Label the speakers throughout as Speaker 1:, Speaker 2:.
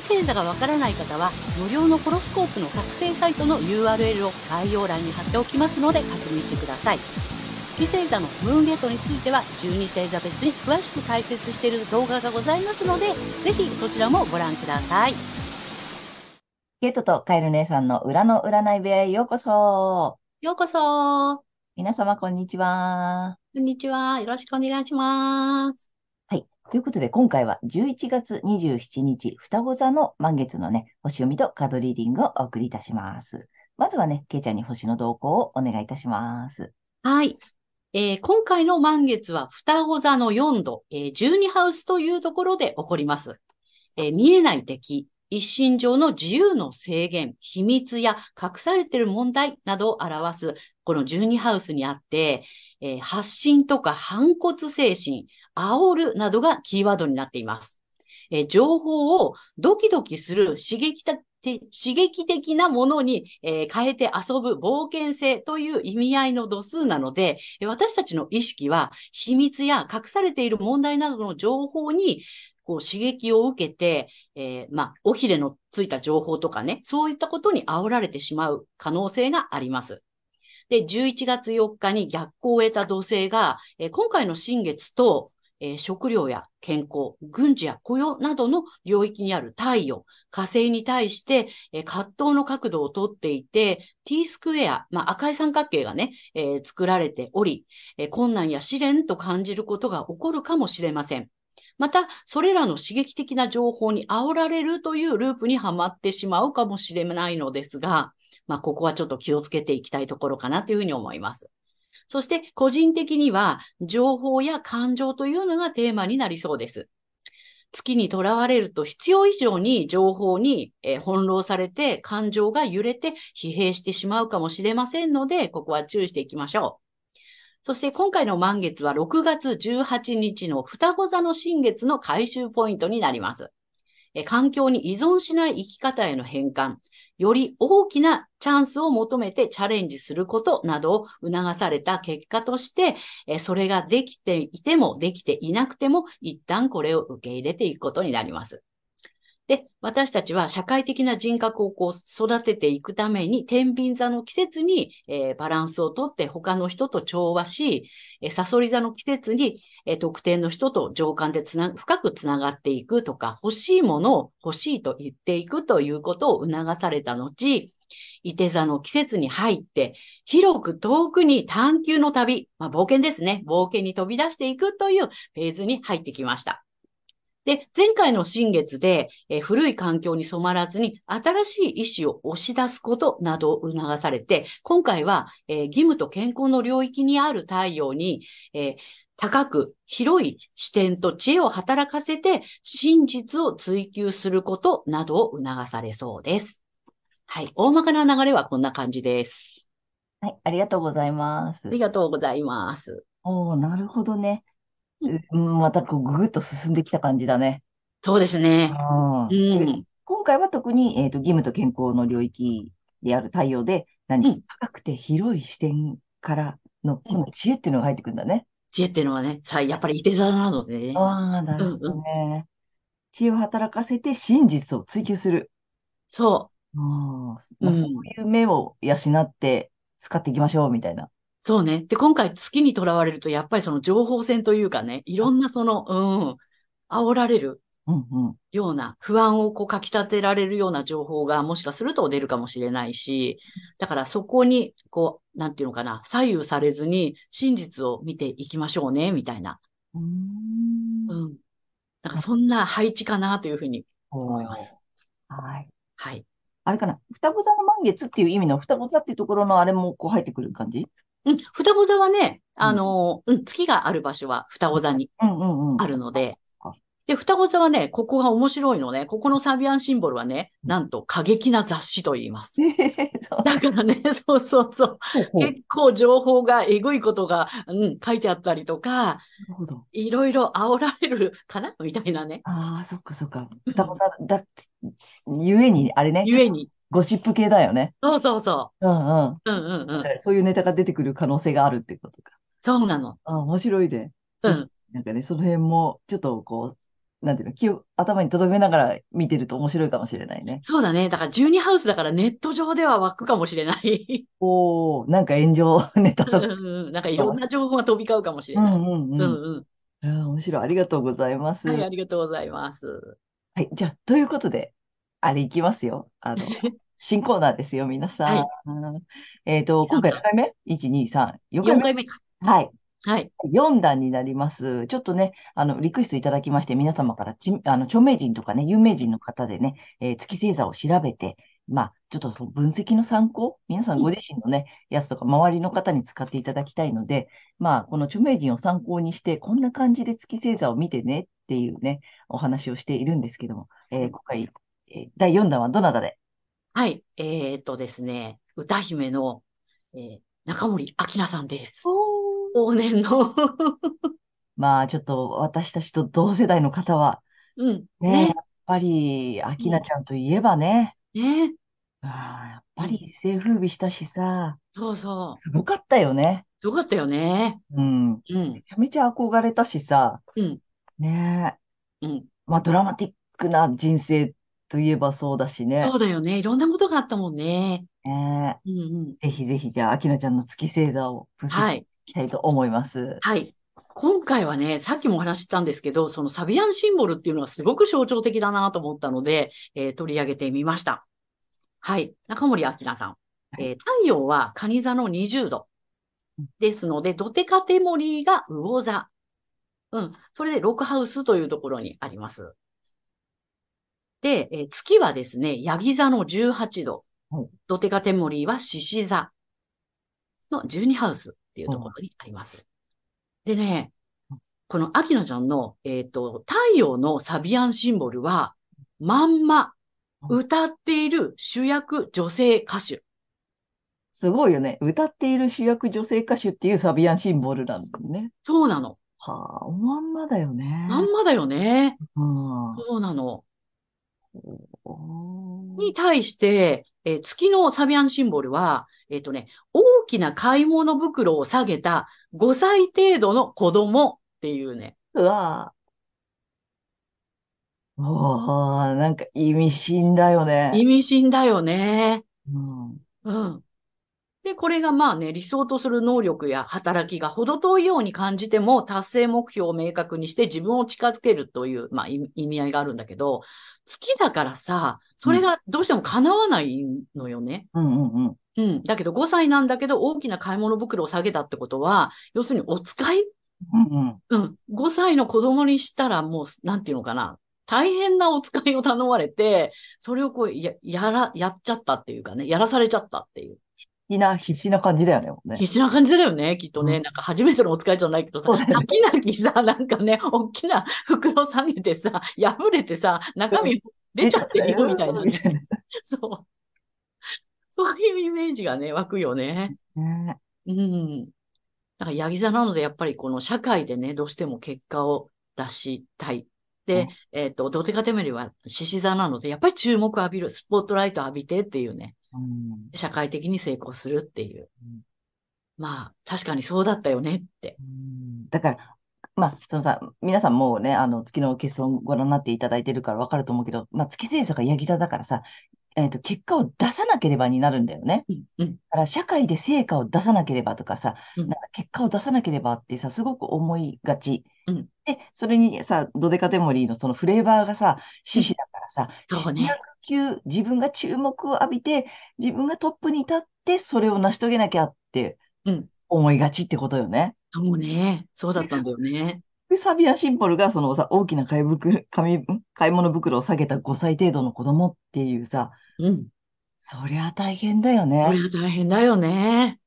Speaker 1: 月星座がわからない方は無料のホロスコープの作成サイトの URL を概要欄に貼っておきますので確認してください月星座のムーンゲートについては12星座別に詳しく解説している動画がございますのでぜひそちらもご覧ください
Speaker 2: ゲートとカエル姉さんの裏の占い部屋へようこそ。
Speaker 1: ようこそこ
Speaker 2: 皆様こんにちは。
Speaker 1: んにちはよろしくお願いします
Speaker 2: はい。ということで、今回は11月27日、双子座の満月のね、星読みとカードリーディングをお送りいたします。まずはね、ケイちゃんに星の動向をお願いいたします。
Speaker 1: はい。えー今回の満月は双子座の4度、えー12ハウスというところで起こります。えー見えない敵、一身上の自由の制限、秘密や隠されている問題などを表す、この12ハウスにあって、えー発信とか反骨精神、煽るなどがキーワードになっています。えー情報をドキドキする刺激的刺激的なものに、えー変えて遊ぶ冒険性という意味合いの度数なので、えー私たちの意識は秘密や隠されている問題などの情報にこう刺激を受けて、えーまあ、尾ひれのついた情報とかね、そういったことに煽られてしまう可能性があります。で、11月4日に逆行を得た土星が、えー今回の新月と、えー食料や健康、軍事や雇用などの領域にある太陽、火星に対して、えー葛藤の角度をとっていて、T スクエア、まあ、赤い三角形がね、えー作られており、えー困難や試練と感じることが起こるかもしれません。また、それらの刺激的な情報に煽られるというループにはまってしまうかもしれないのですが、まあ、ここはちょっと気をつけていきたいところかなというふうに思います。そして個人的には情報や感情というのがテーマになりそうです。月にとらわれると必要以上に情報にえー翻弄されて感情が揺れて疲弊してしまうかもしれませんので、ここは注意していきましょう。そして今回の満月は6月18日の双子座の新月の回収ポイントになります。えー環境に依存しない生き方への変換、より大きなチャンスを求めてチャレンジすることなどを促された結果として、えーそれができていてもできていなくても、一旦これを受け入れていくことになります。で、私たちは社会的な人格をこう育てていくために、天秤座の季節に、えーバランスをとって他の人と調和し、えー、サソリ座の季節に、えー特定の人と情感でつな、深くつながっていくとか、欲しいものを欲しいと言っていくということを促された後、伊手座の季節に入って、広く遠くに探求の旅、まあ、冒険ですね。冒険に飛び出していくというフェーズに入ってきました。で、前回の新月で、えー古い環境に染まらずに新しい意志を押し出すことなどを促されて、今回は、えー義務と健康の領域にある太陽に、えー高く広い視点と知恵を働かせて真実を追求することなどを促されそうです。はい。大まかな流れはこんな感じです。
Speaker 2: はい、ありがとうございます
Speaker 1: あ。りがとうございます。
Speaker 2: おお、なるほどね。
Speaker 1: う
Speaker 2: うん、またこうぐぐっと進んできた感じだね。
Speaker 1: そうですね。う
Speaker 2: うん
Speaker 1: ん。
Speaker 2: 今回は特に、えーと、義務と健康の領域である太陽で、
Speaker 1: う
Speaker 2: 何
Speaker 1: ん
Speaker 2: 高くて広い視点からの、この知恵っていうのが入ってくるんだね。
Speaker 1: 知恵っていうのはね、さやっぱりいて座なのでね。
Speaker 2: ああ、なるほどね。知恵を働かせて真実を追求する。
Speaker 1: そう。
Speaker 2: あー
Speaker 1: う
Speaker 2: まあ
Speaker 1: ん
Speaker 2: そういう目を養って使っていきましょう、みたいな。
Speaker 1: そうね。で、今回月にとらわれると、やっぱりその情報戦というかね、いろんなその、うん、煽られる
Speaker 2: うんうん。
Speaker 1: ような、不安をこうかき立てられるような情報がもしかすると出るかもしれないし、だからそこに、こう、なんていうのかな、左右されずに真実を見ていきましょうね、みたいな。
Speaker 2: うーん
Speaker 1: うん。なんかそんな配置かなというふうに思います。
Speaker 2: はい。
Speaker 1: はい。
Speaker 2: あれかな、双子座の満月っていう意味の双子座っていうところのあれもこう入ってくる感じ
Speaker 1: うん、双子座はね、あのー、うん、月がある場所は双子座に
Speaker 2: うんうんうん。
Speaker 1: あるので
Speaker 2: そっか、
Speaker 1: で、双子座はね、ここが面白いのね、ここのサビアンシンボルはね、なんと過激な雑誌と言います。
Speaker 2: そう
Speaker 1: だからね、 そうそうそう。
Speaker 2: な
Speaker 1: 結構情報がえぐいことが、うん、書いてあったりとか、
Speaker 2: るほど。
Speaker 1: いろいろ煽られるかなみたいなね。
Speaker 2: ああ、そっかそっか。双子座だ、ゆえに、あれね、
Speaker 1: ゆえに。
Speaker 2: ゴシップ系だよね。
Speaker 1: そうそうそ
Speaker 2: うんうん。
Speaker 1: う。うんうんうん。
Speaker 2: そういうネタが出てくる可能性があるってことか。
Speaker 1: そうなの。
Speaker 2: ああ、面白いで。
Speaker 1: う。
Speaker 2: そうんなんかね、その辺も、ちょっとこう、なんていうの、気を頭に留めながら見てると面白いかもしれないね。
Speaker 1: そうだね。だから12ハウスだからネット上では湧くかもしれない。
Speaker 2: おー、なんか炎上ネ タ
Speaker 1: う
Speaker 2: と
Speaker 1: んう
Speaker 2: か。
Speaker 1: んうん。なんかいろんな情報が飛び交うかもしれ
Speaker 2: う
Speaker 1: ない。
Speaker 2: んう
Speaker 1: うんん
Speaker 2: う。
Speaker 1: うんん。
Speaker 2: あー面白い。ありがとうございます。
Speaker 1: はい、あ
Speaker 2: は
Speaker 1: りがとうございます。
Speaker 2: い、じゃあ、ということで、あれいきますよ。あ の、新コーナーですよ、皆さん。
Speaker 1: はい
Speaker 2: えっと、今回何回目 ?1、2、3、4回
Speaker 1: 4
Speaker 2: 目。
Speaker 1: 回目か。
Speaker 2: はい。
Speaker 1: はい。
Speaker 2: 4段になります。ちょっとね、あの、リクエストいただきまして、皆様からち、あの、著名人とかね、有名人の方でね、えー月星座を調べて、まあ、ちょっとその分析の参考、皆さんご自身のね、やつとか、周りの方に使っていただきたいので、まあ、この著名人を参考にして、こんな感じで月星座を見てねっていうね、お話をしているんですけども、えー今回、えー第4弾はどなたで
Speaker 1: はい。えーっとですね、歌姫の、えー中森明菜さんです。往年 の。
Speaker 2: まあ、ちょっと私たちと同世代の方は、
Speaker 1: うん。
Speaker 2: ね、や
Speaker 1: ね。
Speaker 2: っぱり、アキナちゃんといえばね、
Speaker 1: ね。
Speaker 2: ああ、やっぱり一世風靡したしさ、
Speaker 1: そうそう。
Speaker 2: すごかったよね。
Speaker 1: すごかったよね。
Speaker 2: うん。め
Speaker 1: うん。
Speaker 2: ちゃめちゃ憧れたしさ、
Speaker 1: うん。
Speaker 2: ねえ。
Speaker 1: うん。
Speaker 2: まあ、ドラマティックな人生といえばそうだしね
Speaker 1: そう。だよね。いろんなことがあったもんね。
Speaker 2: ね
Speaker 1: うんうん。
Speaker 2: えぜひぜひ、じゃあ、きなちゃんの月星座を分析
Speaker 1: は
Speaker 2: してい
Speaker 1: い。
Speaker 2: きたいと思います。
Speaker 1: はい。今回はね、さっきもお話ししたんですけど、そのサビアンシンボルっていうのがすごく象徴的だなと思ったので、えー取り上げてみました。はい。中森明菜さん。えー太陽は蟹座の20度。ですので、ドテカテモリーが魚座。うん。それで、ロクハウスというところにあります。で、えー月はですね、ヤギ座の18度
Speaker 2: はい。
Speaker 1: ドテカテモリーは獅子座の12ハウスっていうところにあります。でね、この秋野ちゃんの、えっ、と、太陽のサビアンシンボルは、まんま歌っている主役女性歌手。
Speaker 2: すごいよね。歌っている主役女性歌手っていうサビアンシンボルなんだよね。
Speaker 1: そうなの。
Speaker 2: はあ、おまんまだよね。
Speaker 1: まんまだよね。
Speaker 2: うん。
Speaker 1: そうなの。
Speaker 2: おー
Speaker 1: に対して、えー月のサビアンシンボルは、えっ、とね、大きな買い物袋を下げた5歳程度の子供っていうね。
Speaker 2: うわぁ。おー、なんか意味深だよね。
Speaker 1: 意味深だよね。
Speaker 2: うん。
Speaker 1: うん。で、これがまあね、理想とする能力や働きが程遠いように感じても、達成目標を明確にして自分を近づけるという、まあ、意意味合いがあるんだけど、月だからさ、それがどうしても叶わないのよね。
Speaker 2: うんうんうん。
Speaker 1: うん。だけど5歳なんだけど、大きな買い物袋を下げたってことは、要するにお使い
Speaker 2: うんう
Speaker 1: う
Speaker 2: ん。
Speaker 1: ん。5歳の子供にしたらもう、なんていうのかな。大変なお使いを頼まれて、それをこう、や、やら、やっちゃったっていうかね、やらされちゃったっていう。
Speaker 2: 必死な、必死な感じだよね、もうね。
Speaker 1: 必死な感じだよね、きっとね。
Speaker 2: うん
Speaker 1: なんか初めてのお使いじゃないけどさ、
Speaker 2: そうだね
Speaker 1: 泣き泣きさ、 なんかね、大きな袋下げてさ、破れてさ、中身出ちゃってるよみたいな
Speaker 2: 出ちゃってる
Speaker 1: ね。そう。そういうイメージがね、湧くよね。
Speaker 2: ね
Speaker 1: うん。だから、ヤギ座なので、やっぱりこの社会でね、どうしても結果を出したい。
Speaker 2: う
Speaker 1: で
Speaker 2: ん、
Speaker 1: えっと、ドテカテメリは獅子座なので、やっぱり注目浴びる、スポットライト浴びてっていうね。
Speaker 2: うん。
Speaker 1: 社会的に成功するっていう
Speaker 2: うん。
Speaker 1: まあ、確かにそうだったよねって。
Speaker 2: うんだから、まあ、そのさ、皆さんもうね、あの、月の欠損ご覧になっていただいてるからわかると思うけど、まあ、月星座がヤギ座だからさ、えっと、結果を出さなければになるんだよね。
Speaker 1: うん、うん、
Speaker 2: だから社会で成果を出さなければとかさ、
Speaker 1: う
Speaker 2: なん
Speaker 1: ん
Speaker 2: か結果を出さなければってさ、すごく思いがち。
Speaker 1: うん
Speaker 2: で、それにさ、ドデカテモリーのそのフレーバーがさ、獅子だからさ、
Speaker 1: そうね
Speaker 2: 主役級、自分が注目を浴びて、自分がトップに立って、それを成し遂げなきゃって
Speaker 1: うん
Speaker 2: 思いがちってことよね。
Speaker 1: そうね。そうだったんだよね。
Speaker 2: で、サビアシンボルがそのさ、大きな買い袋紙ん買い物袋を下げた5歳程度の子供っていうさ、
Speaker 1: うん。
Speaker 2: そりゃ大変だよ
Speaker 1: こ
Speaker 2: ね
Speaker 1: れ。は大変だよね。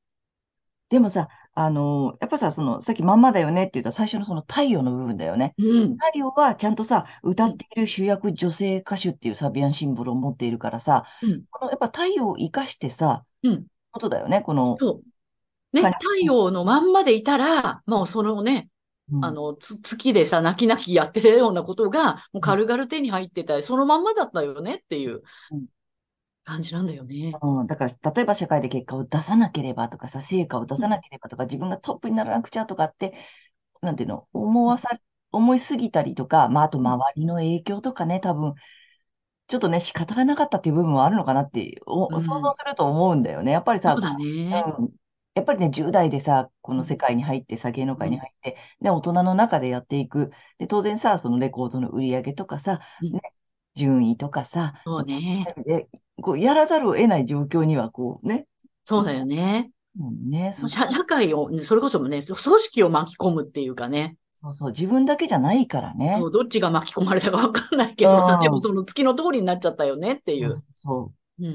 Speaker 2: でもさ、あの、やっぱさ、その、さっきまんまだよねって言った最初のその太陽の部分だよね。
Speaker 1: うん。
Speaker 2: 太陽はちゃんとさ、歌っている主役女性歌手っていうサビアンシンボルを持っているからさ、
Speaker 1: うん
Speaker 2: このやっぱ太陽を生かしてさ、
Speaker 1: うん
Speaker 2: ことだよね、この、
Speaker 1: そう。ね、
Speaker 2: はい
Speaker 1: 太陽のまんまでいたら、もうそのね、
Speaker 2: うん
Speaker 1: あの、つ月でさ、泣き泣きやってたようなことが、もう軽々手に入ってたり、そのまんまだったよねっていう
Speaker 2: うん
Speaker 1: 感じなんだよね。
Speaker 2: うん、だから、例えば社会で結果を出さなければとかさ、成果を出さなければとか、自分がトップにならなくちゃとかって、なんていうの、思わさ、思いすぎたりとか、まあ、あと周りの影響とかね、多分、ちょっとね、仕方がなかったっていう部分はあるのかなって、お、
Speaker 1: うん
Speaker 2: 想像すると思うんだよね。やっぱり
Speaker 1: そ
Speaker 2: さ、
Speaker 1: うだね。
Speaker 2: うん、やっぱりね、10代でさ、この世界に入ってさ、芸能界に入って、ね、大人の中でやっていく。で、当然さ、そのレコードの売り上げとかさ、
Speaker 1: うん
Speaker 2: ね、順位とかさ、
Speaker 1: そうね。
Speaker 2: で、こう、やらざるを得ない状況には、こうね、
Speaker 1: そうだよね。
Speaker 2: もうね、そ
Speaker 1: 社社会を、それこそもね、組織を巻き込むっていうかね。
Speaker 2: そうそう、自分だけじゃないからね。
Speaker 1: そうどっちが巻き込まれたかわかんないけどさ
Speaker 2: う、ん
Speaker 1: でもその月の通りになっちゃったよねっていう。
Speaker 2: そうそ
Speaker 1: う
Speaker 2: う
Speaker 1: んう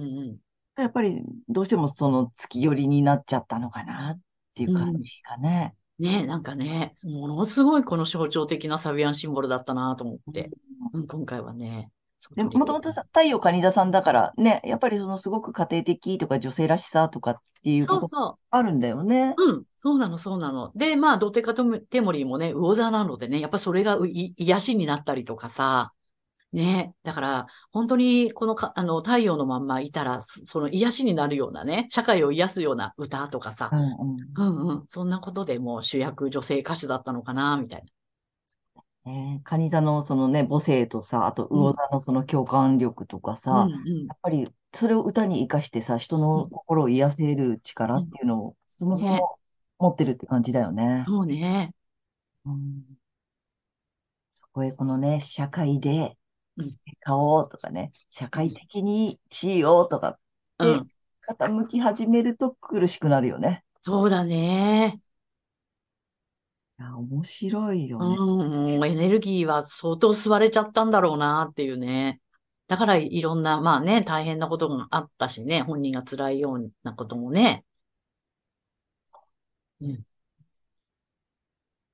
Speaker 1: ん。
Speaker 2: やっぱり、どうしてもその月寄りになっちゃったのかなっていう感じかね。
Speaker 1: ねえ、なんかね、ものすごいこの象徴的なサビアンシンボルだったなと思って、うん、今回はね。
Speaker 2: でも、もともとさ、太陽蟹座さんだからね、やっぱりそのすごく家庭的とか女性らしさとかっていう
Speaker 1: そ
Speaker 2: こ
Speaker 1: う
Speaker 2: と
Speaker 1: そ
Speaker 2: あるんだよね。
Speaker 1: う。うん、そうなの、そうなの。で、まあ、ドテカテモリーもね、魚座なのでね、やっぱそれがうい癒しになったりとかさ、ね、だから、本当にこのか、あの、太陽のまんまいたら、そその癒しになるようなね、社会を癒すような歌とかさ
Speaker 2: う、んうん
Speaker 1: うんうん、そんなことでもう主役女性歌手だったのかな、みたいな。
Speaker 2: ね蟹座のそのね、母性とさ、あと魚座のその共感力とかさ、
Speaker 1: うんうん
Speaker 2: やっぱりそれを歌に生かしてさ、人の心を癒せる力っていうのをそもそ
Speaker 1: ね
Speaker 2: も持ってるって感じだよね。
Speaker 1: そうね。
Speaker 2: うんそこへこのね、社会で
Speaker 1: うん
Speaker 2: 顔をとかね、社会的にしようとか
Speaker 1: う
Speaker 2: で
Speaker 1: ん。
Speaker 2: 傾き始めると苦しくなるよね。
Speaker 1: そうだね。
Speaker 2: いや、面白いよね。
Speaker 1: うん、もうエネルギーは相当吸われちゃったんだろうなっていうね。だからいろんな、まあね、大変なことがあったしね、本人が辛いようなこともね。
Speaker 2: い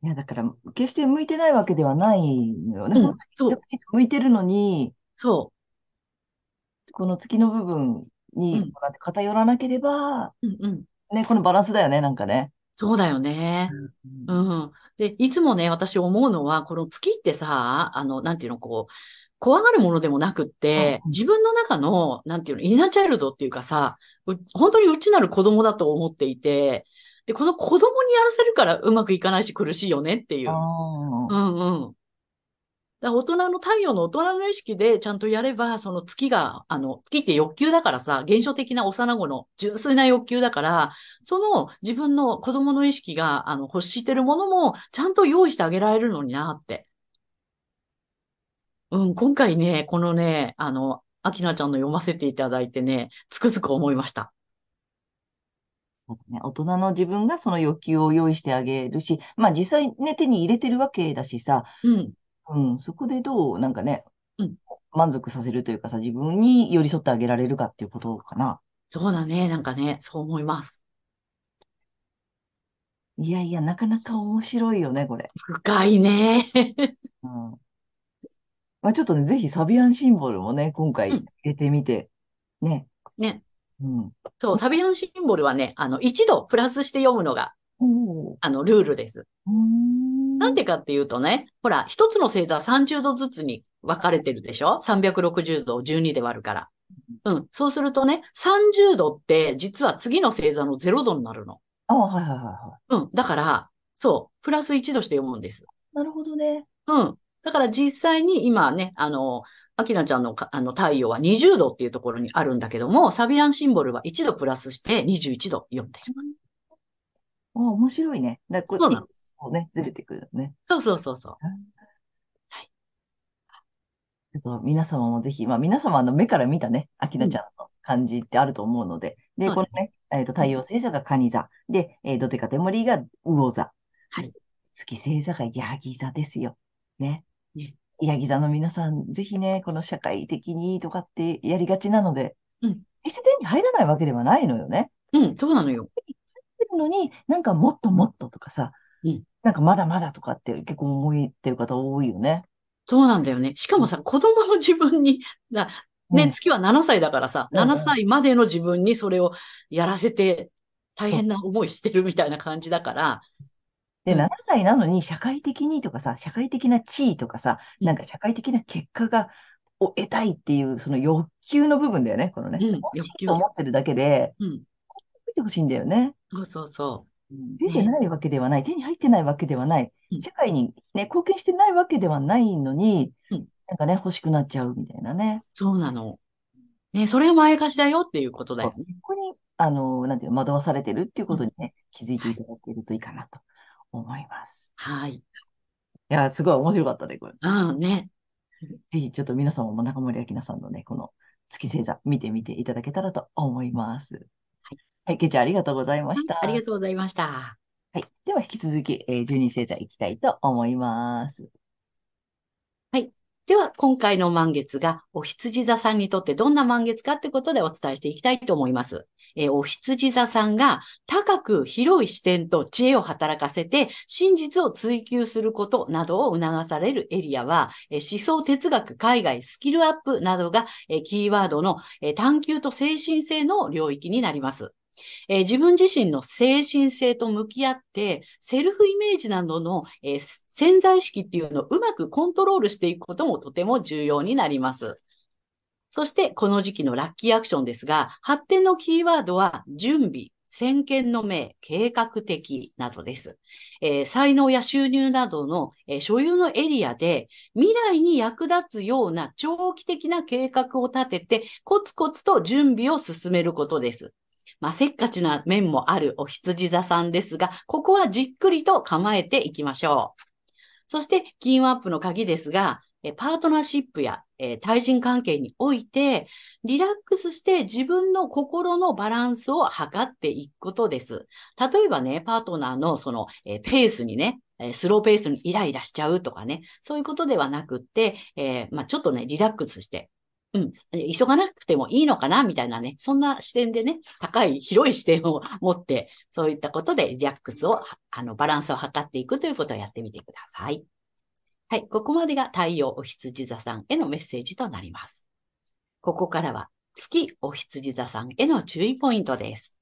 Speaker 2: や、だから、決して向いてないわけではないのよね。
Speaker 1: うん、そ
Speaker 2: で
Speaker 1: う
Speaker 2: も、向いてるのに、
Speaker 1: そ
Speaker 2: この月の部分に
Speaker 1: うん
Speaker 2: こうやって偏らなければ、
Speaker 1: う、うんうん、
Speaker 2: ね、このバランスだよね、なんかね。
Speaker 1: そうだよね。
Speaker 2: うん
Speaker 1: うん。で、いつもね、私思うのは、この月ってさ、あの、なんていうの、こう、怖がるものでもなくって、
Speaker 2: うん
Speaker 1: 自分の中の、なんていうの、インナーチャイルドっていうかさ、う本当に内なる子供だと思っていて、で、この子供にやらせるからうまくいかないし苦しいよねっていう。
Speaker 2: あ
Speaker 1: う
Speaker 2: あ、
Speaker 1: んうん。だから大人の太陽の大人の意識でちゃんとやれば、その月が、あの、月って欲求だからさ、現象的な幼子の純粋な欲求だから、その自分の子供の意識が、あの、欲してるものもちゃんと用意してあげられるのになって。うん、今回ね、このね、あの、アキナちゃんの読ませていただいてね、つくづく思いました。
Speaker 2: そうだね。大人の自分がその欲求を用意してあげるし、まあ実際ね、手に入れてるわけだしさ、
Speaker 1: うん、
Speaker 2: うん、そこでどう、なんかね
Speaker 1: うん、
Speaker 2: 満足させるというかさ、自分に寄り添ってあげられるかっていうことかな。
Speaker 1: そうだね、なんかね、そう思います。
Speaker 2: いやいや、なかなか面白いよね、これ。
Speaker 1: 深いね。
Speaker 2: うん。まあちょっとね、ぜひサビアンシンボルもね、今回
Speaker 1: うん
Speaker 2: 入れてみて、ね。
Speaker 1: ね。
Speaker 2: うん。
Speaker 1: そう、サビアンシンボルはね、あの、一度プラスして読むのが、
Speaker 2: おー
Speaker 1: あの、ルールです。
Speaker 2: うーん
Speaker 1: なんでかっていうとね、ほら、一つの星座は30度ずつに分かれてるでしょ ?360 度を12で割るから。うん。そうするとね、30度って実は次の星座の0度になるの。
Speaker 2: ああ、はいはいはいは
Speaker 1: うん。だから、そう、プラス1度して読むんです。
Speaker 2: い。なるほどね。
Speaker 1: うん。だから実際に今ね、あの、アキナちゃんのかあの太陽は20度っていうところにあるんだけども、サビアンシンボルは1度プラスして21度読んでる。
Speaker 2: ああ、面白いね。だから
Speaker 1: そ
Speaker 2: こ
Speaker 1: うなの
Speaker 2: う、こうね、ずれてくるね。
Speaker 1: そうそうそうそう。
Speaker 2: ちょっと皆様もぜひ、まあ、皆様の目から見たね、アキナちゃんの感じってあると思うので、で、
Speaker 1: そう
Speaker 2: こ
Speaker 1: だ
Speaker 2: のね、えっと、太陽星座がカニ座、で、えードテカテモリーが魚座、
Speaker 1: はい
Speaker 2: 月星座がヤギ座ですよ。ね。
Speaker 1: ね
Speaker 2: ヤギ座の皆さん、ぜひね、この社会的にとかってやりがちなので、
Speaker 1: うん
Speaker 2: 決して手に入らないわけではないのよね。
Speaker 1: うん、そうなのよ。
Speaker 2: 手にるのに、なんかもっともっととかさ、
Speaker 1: うん
Speaker 2: なんかまだまだとかって結構思いってる方多いよね。
Speaker 1: そうなんだよね。しかもさ、子供の自分に、な
Speaker 2: う
Speaker 1: ね、
Speaker 2: ん
Speaker 1: 月は7歳だからさ、
Speaker 2: うんうん
Speaker 1: 7歳までの自分にそれをやらせて、大変な思いしてるみたいな感じだから、
Speaker 2: で、
Speaker 1: うん
Speaker 2: 7歳なのに社会的にとかさ、社会的な地位とかさ、
Speaker 1: うん
Speaker 2: なんか社会的な結果が、を得たいっていう、その欲求の部分だよね、このね。
Speaker 1: うん
Speaker 2: 欲し
Speaker 1: 欲
Speaker 2: い
Speaker 1: 求
Speaker 2: と思ってるだけで、
Speaker 1: うん。
Speaker 2: 見てほしいんだよね。
Speaker 1: そうそうそ
Speaker 2: 出てないわけではない、手に入ってないわけではない
Speaker 1: うん、
Speaker 2: 社会にね、貢献してないわけではないのに
Speaker 1: うん、
Speaker 2: なんかね、欲しくなっちゃうみたいなね。
Speaker 1: う。そうなの。ね、それは前貸しだよっていうことだ
Speaker 2: そ
Speaker 1: よ
Speaker 2: うそこに、あの、なんていうの、惑わされてるっていうことにね、気づいていただけるといいかなと思います。
Speaker 1: はい。
Speaker 2: いやー、すごい面白かったね、これ。
Speaker 1: うん、ね。
Speaker 2: ぜひちょっと皆様も中森明菜さんのね、この月星座見てみていただけたらと思います。はい、けいちゃんありがとうございました。
Speaker 1: ありがとうございました。
Speaker 2: はい、では引き続き、えー、12星座いきたいと思います。
Speaker 1: では、今回の満月が、お羊座さんにとってどんな満月かってことでお伝えしていきたいと思います。えーお羊座さんが、高く広い視点と知恵を働かせて、真実を追求することなどを促されるエリアは、えー思想、哲学、海外、スキルアップなどが、えーキーワードの、えー探求と精神性の領域になります。えー自分自身の精神性と向き合って、セルフイメージなどの、えーす潜在意識っていうのをうまくコントロールしていくこともとても重要になります。そして、この時期のラッキーアクションですが、発展のキーワードは、準備、先見の明、計画的などです。えー才能や収入などの、えー所有のエリアで、未来に役立つような長期的な計画を立てて、コツコツと準備を進めることです。まあ、せっかちな面もあるお羊座さんですが、ここはじっくりと構えていきましょう。そして、金運アップの鍵ですが、えパートナーシップや、えー対人関係において、リラックスして自分の心のバランスを測っていくことです。例えばね、パートナーのその、えーペースにね、えースローペースにイライラしちゃうとかね、そういうことではなくって、えーまあ、ちょっとね、リラックスして、うん、えー急がなくてもいいのかな、みたいなね、そんな視点でね、高い、広い視点を 持って、そういったことでリラックスを、あの、バランスを測っていくということをやってみてください。はい、ここまでが太陽お羊座さんへのメッセージとなります。ここからは月お羊座さんへの注意ポイントです。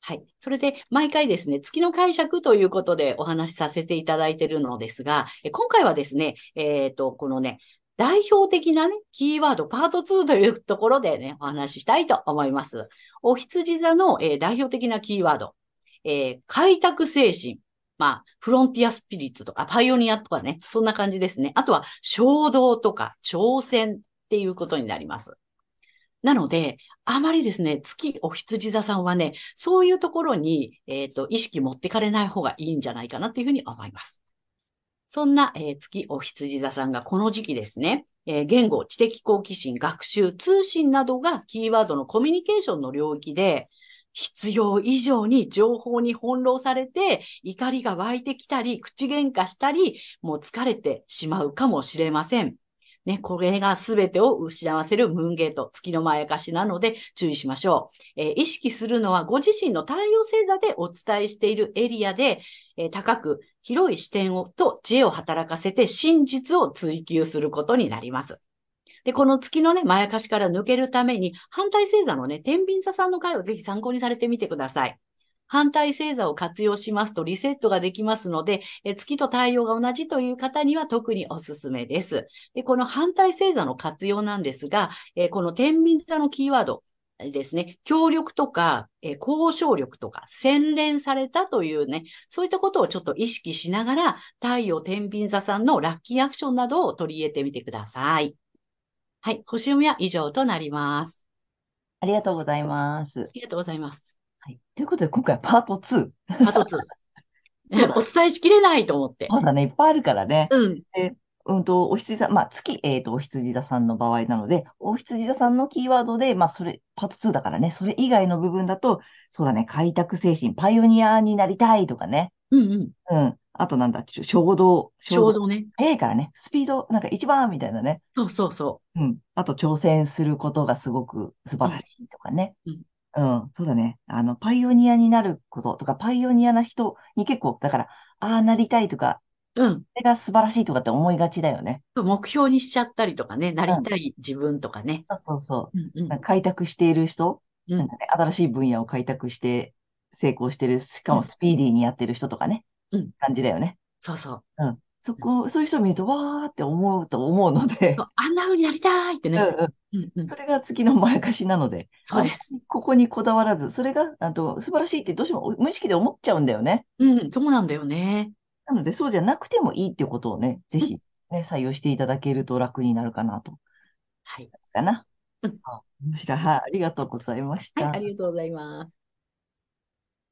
Speaker 1: はい。それで、毎回ですね、月の解釈ということでお話しさせていただいているのですが、え今回はですね、えっ、と、このね、代表的なね、キーワードパート2というところでね、お話ししたいと思います。お羊座の、えー代表的なキーワード、えー開拓精神、まあ、フロンティアスピリッツとか、パイオニアとかね、そんな感じですね。あとは、衝動とか、挑戦っていうことになります。なので、あまりですね、月お羊座さんはね、そういうところに、えっ、と、意識持ってかれない方がいいんじゃないかなっていうふうに思います。そんな、えー月お羊座さんがこの時期ですね、えー言語、知的好奇心、学習、通信などがキーワードのコミュニケーションの領域で、必要以上に情報に翻弄されて、怒りが湧いてきたり、口喧嘩したり、もう疲れてしまうかもしれません。ね、これが全てを失わせるムーンゲート、月のまやかしなので注意しましょう。えー意識するのはご自身の太陽星座でお伝えしているエリアで、えー高く広い視点をと知恵を働かせて真実を追求することになります。で、この月のね、まやかしから抜けるために、反対星座のね、天秤座さんの回をぜひ参考にされてみてください。反対星座を活用しますとリセットができますので、え月と太陽が同じという方には特におすすめです。で、この反対星座の活用なんですが、えーこの天秤座のキーワードえーですね、協力とか、えー交渉力とか、洗練されたというね、そういったことをちょっと意識しながら、太陽天秤座さんのラッキーアクションなどを取り入れてみてください。はい、星読みは以上となります。
Speaker 2: ありがとうございます
Speaker 1: あ。りがとうございます。
Speaker 2: はい、ということで、今回はパート2。
Speaker 1: パー ト
Speaker 2: そう
Speaker 1: 2。
Speaker 2: だ
Speaker 1: お伝えしきれないと思って。
Speaker 2: まだね、いっぱいあるからね。
Speaker 1: うん。
Speaker 2: うんと、お羊座、まあ、月、えっと、お羊座さんの場合なので、お羊座さんのキーワードで、まあ、それ、パート2だからね、それ以外の部分だと、そうだね、開拓精神、パイオニアになりたいとかね。
Speaker 1: うんうん。
Speaker 2: うん。あとなんだ、ちょ衝動、
Speaker 1: ちょう。どね。
Speaker 2: 早いからね、スピード、なんか一番みたいなね。
Speaker 1: そうそうそ
Speaker 2: うん。あと、挑戦することがすごく素晴らしいとかね。
Speaker 1: うん
Speaker 2: うん、そうだね。あの、パイオニアになることとか、パイオニアな人に結構、だから、ああなりたいとか、
Speaker 1: うん。
Speaker 2: これが素晴らしいとかって思いがちだよね。
Speaker 1: 目標にしちゃったりとかね、なりたい自分とかね。
Speaker 2: そうそうそ
Speaker 1: うんう
Speaker 2: う。
Speaker 1: ん
Speaker 2: なんか開拓している人、
Speaker 1: うん
Speaker 2: なんかね、新しい分野を開拓して成功してる、しかもスピーディーにやってる人とかね、
Speaker 1: うん
Speaker 2: 感じだよね。
Speaker 1: そうそう。
Speaker 2: そこ、そういう人を見ると、わーって思うと思うので、
Speaker 1: あんな風になりたいって
Speaker 2: う
Speaker 1: ね。
Speaker 2: ん
Speaker 1: うんう
Speaker 2: うんん、それが月のまやかしなので、
Speaker 1: そうです。
Speaker 2: ここにこだわらず、それが、あと、素晴らしいってどうしても無意識で思っちゃうんだよね。
Speaker 1: うん、そうなんだよね。
Speaker 2: なので、そうじゃなくてもいいってことをね、ぜひ、ね、採用していただけると楽になるかなと。
Speaker 1: はい。
Speaker 2: かな
Speaker 1: うん。
Speaker 2: あ面白い。はいありがとうございまし
Speaker 1: はい、
Speaker 2: た。
Speaker 1: ありがとうございます。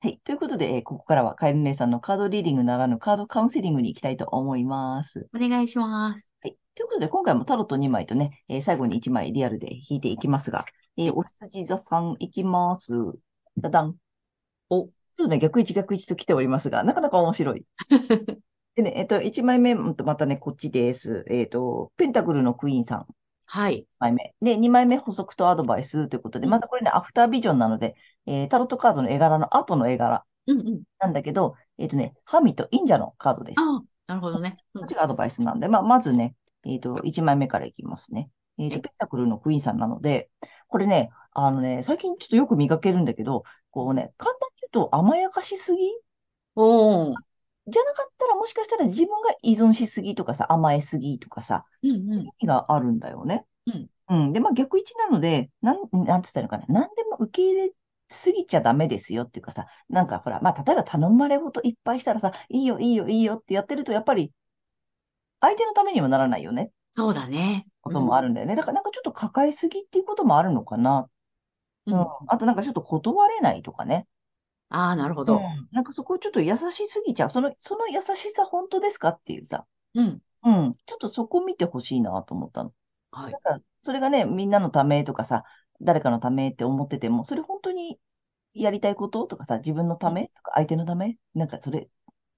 Speaker 2: はい。ということで、えーここからはカエル姉さんのカードリーディングならぬカードカウンセリングに行きたいと思います。
Speaker 1: お願いします。
Speaker 2: はい。ということで、今回もタロット2枚とね、えー最後に1枚リアルで引いていきますが、えー、お羊座さんいきます。ダダン。
Speaker 1: お
Speaker 2: ちょっとね、逆一逆一と来ておりますが、なかなか面白い。でね、えっと、1枚目、うんとまたね、こっちです。えっと、ペンタクルのクイーンさん。
Speaker 1: はい。
Speaker 2: 一枚目。で、2枚目、補足とアドバイスということで、
Speaker 1: うん
Speaker 2: またこれね、アフタービジョンなので、えータロットカードの絵柄の後の絵柄
Speaker 1: うんうん。
Speaker 2: なんだけど、えっ、とね、ハミとインジャのカードです。こ
Speaker 1: ああ、なるほどね。うん
Speaker 2: っちがアドバイスなんで、まあ、まずね、えっ、と、1枚目からいきますね。えっ、
Speaker 1: は
Speaker 2: と、
Speaker 1: い
Speaker 2: ペンタクルのクイーンさんなので、これね、あのね、最近ちょっとよく見かけるんだけど、こうね、簡単に言うと甘やかしすぎ
Speaker 1: おー
Speaker 2: じゃなかったら、もしかしたら自分が依存しすぎとかさ、甘えすぎとかさ、
Speaker 1: うんうん。
Speaker 2: 意味があるんだよね。
Speaker 1: うん。
Speaker 2: で、まあ逆位置なので、なん、なんつったらいいのかな。何でも受け入れすぎちゃダメですよっていうかさ、なんかほら、まあ例えば頼まれ事いっぱいしたらさ、いいよいいよいいよってやってると、やっぱり相手のためにもならないよね。
Speaker 1: そうだね。
Speaker 2: こともあるんだよね。だからなんかちょっと抱えすぎっていうこともあるのかな。
Speaker 1: うん。
Speaker 2: うん
Speaker 1: あ。
Speaker 2: あとなんかちょっと断れないとかね。
Speaker 1: あ、なるほど。
Speaker 2: ん。なんかそこをちょっと優しすぎちゃう。その、その優しさ本当ですかっていうさ。
Speaker 1: うん。
Speaker 2: うん。ちょっとそこ見てほしいなと思ったの。
Speaker 1: はい
Speaker 2: だ。から、それがね、みんなのためとかさ、誰かのためって思ってても、それ本当にやりたいこととかさ、自分のためとか、相手のためなんかそれ、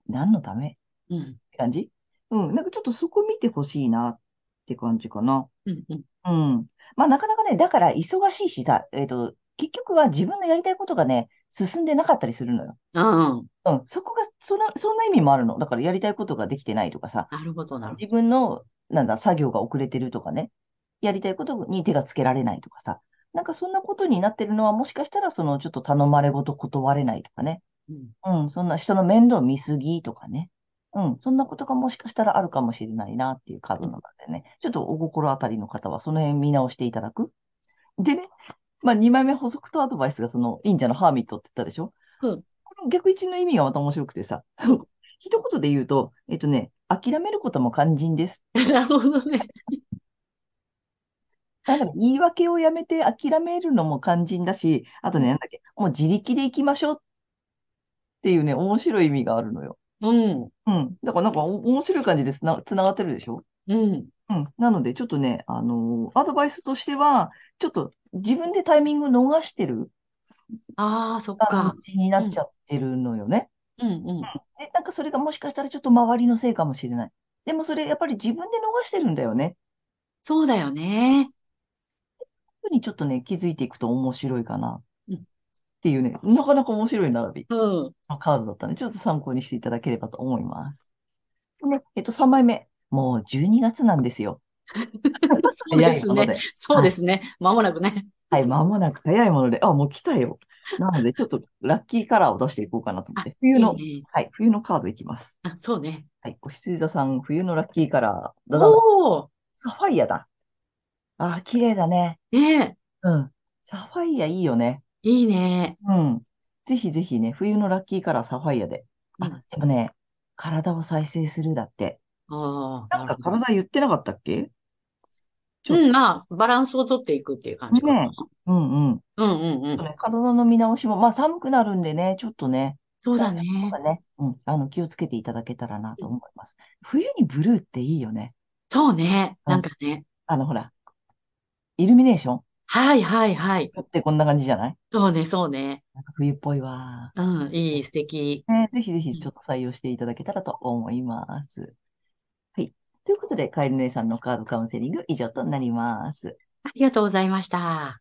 Speaker 2: 何のためっ
Speaker 1: うん。
Speaker 2: て感じうん、なんかちょっとそこ見てほしいなって感じかな。
Speaker 1: うんうん。
Speaker 2: うん。まあ、なかなかね、だから忙しいしさ、えっと、結局は自分のやりたいことがね、進んでなかったりするのよ。
Speaker 1: うん。
Speaker 2: うん、そこが、その、そんな意味もあるの。だからやりたいことができてないとかさ、
Speaker 1: なるほど、なるほ
Speaker 2: 自分の、なんだ、作業が遅れてるとかね、やりたいことに手がつけられないとかさ、なんかそんなことになってるのは、もしかしたら、そのちょっと頼まれ事断れないとかね、
Speaker 1: ど。うん
Speaker 2: うん、そんな人の面倒見すぎとかね、うん、そんなことがもしかしたらあるかもしれないなっていうカードなのでね、ちょっとお心当たりの方は、その辺見直していただく。でね、まあ、2枚目補足とアドバイスが、その、忍者のハーミットって言ったでしょ
Speaker 1: うん
Speaker 2: この逆一の意味がまた面白くてさ、一言で言うと、えっとね、諦めることも肝心です。
Speaker 1: なるほどね。
Speaker 2: なんかね言い訳をやめて諦めるのも肝心だし、あとね、なんだっけ、もう自力で行きましょうっていうね、面白い意味があるのよ。
Speaker 1: うん。
Speaker 2: うん。だからなんかお面白い感じでつな、つながってるでしょ
Speaker 1: うん。
Speaker 2: うん。なので、ちょっとね、あのーアドバイスとしては、ちょっと自分でタイミング逃してる
Speaker 1: ああ、そっか
Speaker 2: 感。じになっちゃってるのよね。
Speaker 1: うんうん。
Speaker 2: で、なんかそれがもしかしたらちょっと周りのせいかもしれない。でもそれやっぱり自分で逃してるんだよね。
Speaker 1: そうだよね。
Speaker 2: ふうにちょっとね、気づいていくと面白いかな。
Speaker 1: うん
Speaker 2: っていうね、なかなか面白い並び。
Speaker 1: うん。
Speaker 2: のカードだったので、ちょっと参考にしていただければと思います。このえっと、3枚目。もう12月なんですよ。
Speaker 1: そう
Speaker 2: 早
Speaker 1: で
Speaker 2: い
Speaker 1: す
Speaker 2: もの
Speaker 1: ね。
Speaker 2: で。
Speaker 1: そうですね。まもなくね。
Speaker 2: はい、間もなく早いもので。あ、もう来たよ。な ので、ちょっとラッキーカラーを出していこうかなと思って。冬の、
Speaker 1: いいね
Speaker 2: はい、冬のカードいきます。
Speaker 1: あそうね。
Speaker 2: はい、お羊座さん、冬のラッキーカラー。だだん、
Speaker 1: おお
Speaker 2: サファイアだ。あー、綺麗だね。
Speaker 1: ーね
Speaker 2: うん。サファイアいいよね。
Speaker 1: えいいね。
Speaker 2: うん。ぜひぜひね、冬のラッキーカラーサファイアで。
Speaker 1: う
Speaker 2: あ
Speaker 1: ん、
Speaker 2: でもね、体を再生するだって。
Speaker 1: ああ、
Speaker 2: なん
Speaker 1: な
Speaker 2: か
Speaker 1: るほど。
Speaker 2: 体言ってなかったっけちょっと
Speaker 1: うん、まあ、バランスをとっていくっていう感じかな。
Speaker 2: ねうんうん。
Speaker 1: うんうんう
Speaker 2: ちょっと
Speaker 1: ん。
Speaker 2: ね、体の見直しも、まあ寒くなるんでね、ちょっとね、
Speaker 1: そうだね。
Speaker 2: なんかね、うん、あの気をつけていただけたらなと思います。冬にブルーっていいよね。
Speaker 1: そうね。
Speaker 2: うん
Speaker 1: なんかね。
Speaker 2: あのほら、イルミネーション
Speaker 1: はいはいはい。
Speaker 2: ってこんな感じじゃない
Speaker 1: そうね、そうね。
Speaker 2: なんか冬っぽいわ。
Speaker 1: うん、いい、素敵。
Speaker 2: ね、ぜひぜひちょっと採用していただけたらと思います。はい。ということで、カエル姉さんのカードカウンセリング以上となります。
Speaker 1: ありがとうございました。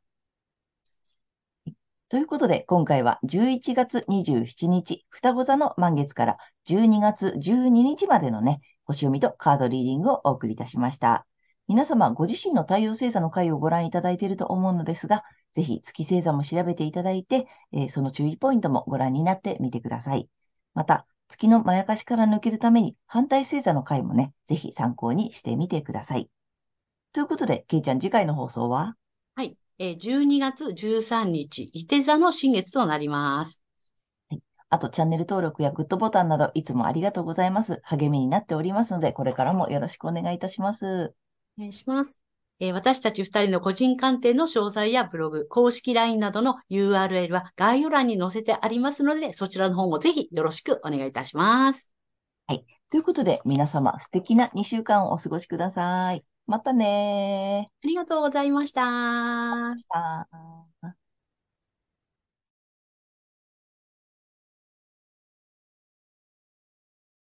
Speaker 2: ということで、今回は11月27日、双子座の満月から12月12日までのね、星読みとカードリーディングをお送りいたしました。皆様、ご自身の太陽星座の回をご覧いただいていると思うのですが、ぜひ月星座も調べていただいて、えーその注意ポイントもご覧になってみてください。また、月のまやかしから抜けるために反対星座の回もね、ぜひ参考にしてみてください。ということで、けいちゃん次回の放送は
Speaker 1: はい。えー12月13日、伊手座の新月となります。
Speaker 2: あとチャンネル登録やグッドボタンなどいつもありがとうございます。励みになっておりますので、これからもよろしくお願いいたします。
Speaker 1: お願いします。えー私たち二人の個人鑑定の詳細やブログ、公式 LINE などの URL は概要欄に載せてありますので、そちらの方もぜひよろしくお願いいたします。
Speaker 2: ということで、皆様素敵な2週間をお過ごしください。またね
Speaker 1: ありがとうございました。
Speaker 2: ー。